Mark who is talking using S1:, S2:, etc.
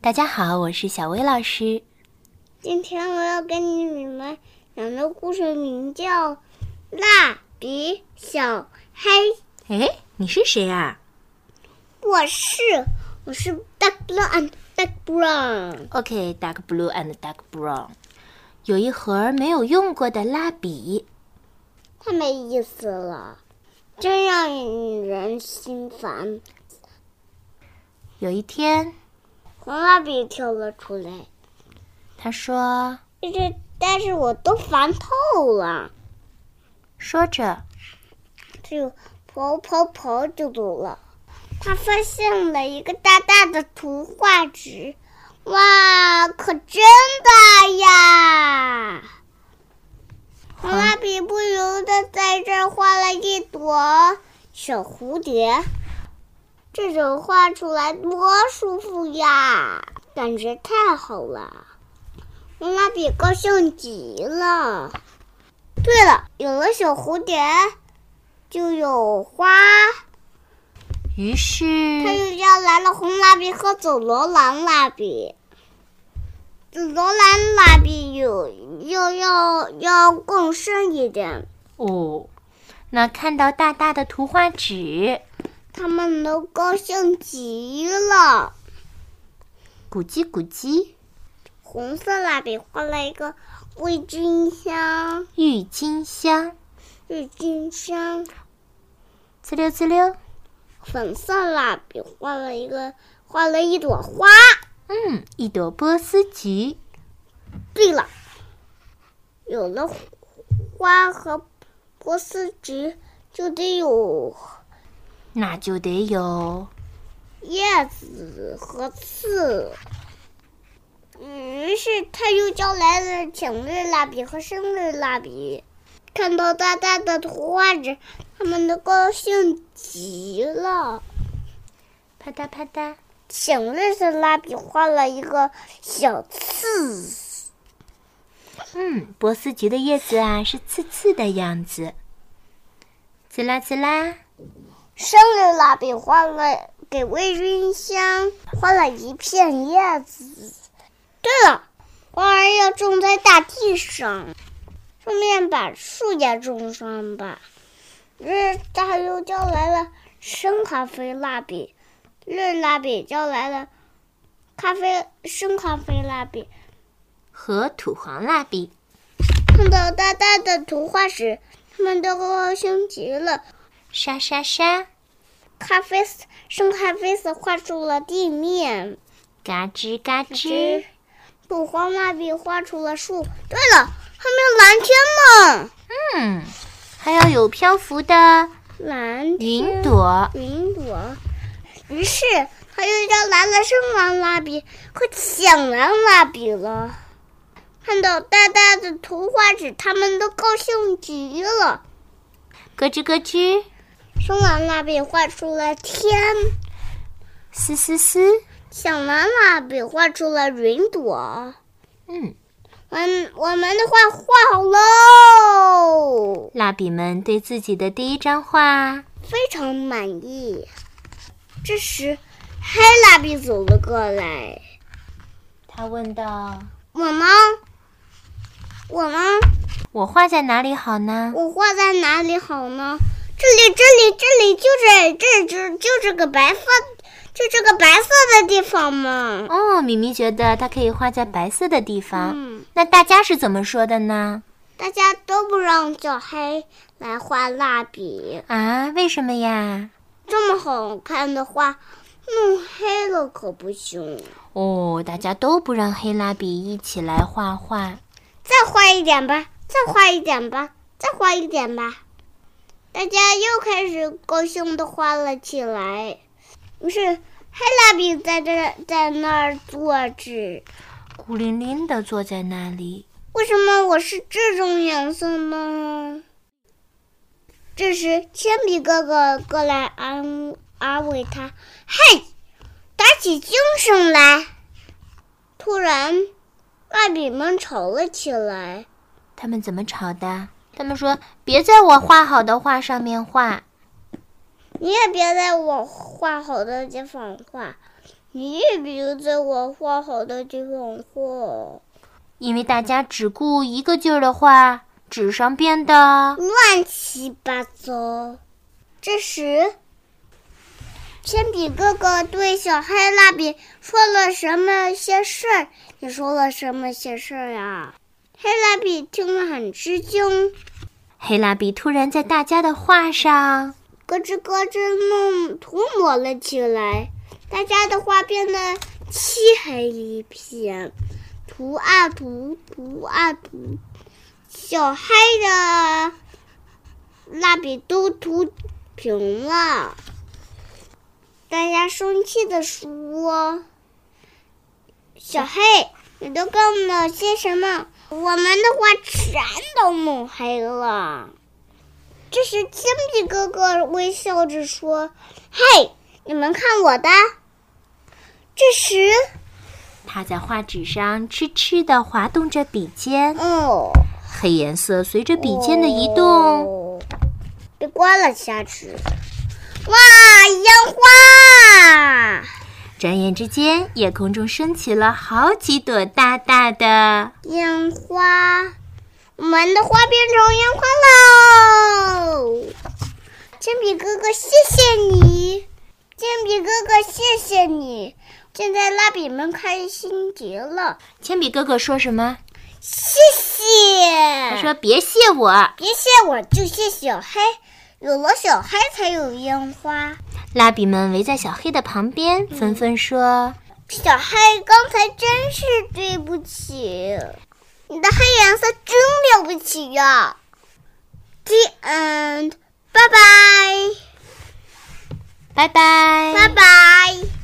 S1: 大家好，我是小薇老师。
S2: 今天我要给你们讲的故事名叫《蜡笔小黑》。
S1: 哎，你是谁啊呀、
S2: 我是我是 Duck Brown Duck Brown。
S1: o k dark blue and dark brown。有一盒没有用过的蜡笔，
S2: 太没意思了，真让人心烦。
S1: 有一天
S2: 红蜡笔跳了出来，
S1: 他说
S2: 但是但是我都烦透了，
S1: 说着，
S2: 就跑跑跑就走了。他发现了一个大大的图画纸，哇，可真大呀！红蜡笔不由得在这儿画了一朵小蝴蝶，这种画出来多舒服呀，感觉太好了。红蜡笔高兴极了。对了，有了小蝴蝶，就有花。
S1: 于是
S2: 他又要来了红蜡笔和紫罗兰蜡笔。紫罗兰蜡笔有要要要更深一点，
S1: 哦，那看到大大的图画纸，
S2: 他们都高兴极了。
S1: 咕叽咕叽，
S2: 红色蜡笔画了一个郁金香，
S1: 郁金香，
S2: 郁金香；
S1: 呲溜呲溜，
S2: 粉色蜡笔画了一个画了一朵花。
S1: 嗯，一朵波斯菊，
S2: 对了，有了花和波斯菊，就得有
S1: 那就得有
S2: 叶子和刺。嗯于是他又叫来了浅绿蜡笔和深绿蜡笔，看到大大的图画纸，他们都高兴极了。
S1: 啪嗒啪嗒，
S2: 浅绿色蜡笔画了一个小刺，
S1: 嗯，波斯菊的叶子啊是刺刺的样子，刺啦刺啦，
S2: 深绿蜡笔画了给魏君香画了一片叶子。对了，花儿要种在大地上，顺便把树也种上吧。于是他又叫来了深咖啡蜡笔，绿蜡笔叫来了咖啡深咖啡蜡笔，
S1: 和土黄蜡笔，
S2: 看到大大的图画纸，他们都高兴极了。
S1: 沙沙沙，
S2: 咖啡色深咖啡色画出了地面。
S1: 嘎吱嘎吱
S2: 只，土黄蜡笔画出了树。对了，还没有蓝天呢，
S1: 嗯，还要有漂浮的
S2: 蓝天
S1: 云朵，
S2: 云朵。于是他又叫来了深蓝蜡笔和浅蓝蜡笔了。看到大大的图画纸，他们都高兴极了。
S1: 咯吱咯吱，
S2: 深蓝蜡笔画出了天，
S1: 嘶嘶嘶，
S2: 浅蓝蜡笔画出了云朵。
S1: 嗯，
S2: 嗯，我们的画画好喽。
S1: 蜡笔们对自己的第一张画，
S2: 非常满意。这时，黑蜡笔走了过来。
S1: 他问道
S2: 我吗？我吗？：“
S1: 我画在哪里好呢
S2: 我画在哪里好呢？这里，这里，这里，就这，这这就这个白色，就这个白色的地方？”嘛。
S1: 哦，米米觉得它可以画在白色的地方。
S2: 嗯，
S1: 那大家是怎么说的呢？
S2: 大家都不让小黑来画蜡笔，
S1: 啊，为什么呀？
S2: 这么好看的画，弄黑了可不行。
S1: 哦，大家都不让黑蜡笔一起来画画。
S2: 再画一点吧，再画一点吧，再画一点吧。大家又开始高兴的画了起来。于是黑蜡笔在这在那儿坐着。
S1: 孤零零的坐在那里。
S2: 为什么我是这种颜色呢？这时，铅笔哥哥过来安安慰他：“嘿，打起精神来！”突然，蜡笔们吵了起来。
S1: 他们怎么吵的？他们说：“别在我画好的画上面画。
S2: 你也别在我画好的地方画，你别在我画好的地方画，
S1: 因为大家只顾一个劲儿的画，纸上变得
S2: 乱七八糟。这时，铅笔哥哥对小黑蜡笔说了什么些事儿？你说了什么些事儿啊？黑蜡笔听了很吃惊，
S1: 黑蜡笔突然在大家的画上
S2: 咯吱咯吱弄涂抹了起来，大家的画变得漆黑一片，涂啊涂，涂啊涂，小黑的蜡笔都涂平了。大家生气的说：“小黑，你都干了些什么？我们的画全都弄黑了。”这时，铅笔哥哥微笑着说：“嘿，你们看我的。”这时，
S1: 他在画纸上痴痴地滑动着笔尖，
S2: 哦，
S1: 黑颜色随着笔尖的移动，
S2: 哦被刮了下齿。哇，烟花！
S1: 转眼之间，夜空中升起了好几朵大大的。
S2: 烟花，我们的花变成烟花喽！铅笔哥哥，谢谢你，铅笔哥哥，谢谢你。现在蜡笔们开心极了，
S1: 铅笔哥哥说什么？
S2: 谢谢。
S1: 他说：“别谢我。
S2: 别谢我，就谢小黑。有了小黑，才有烟花。”
S1: 蜡笔们围在小黑的旁边，纷纷说
S2: 小黑，刚才真是对不起，你的黑颜色真了不起呀！The end，拜拜，：“
S1: 拜拜。”
S2: 拜拜。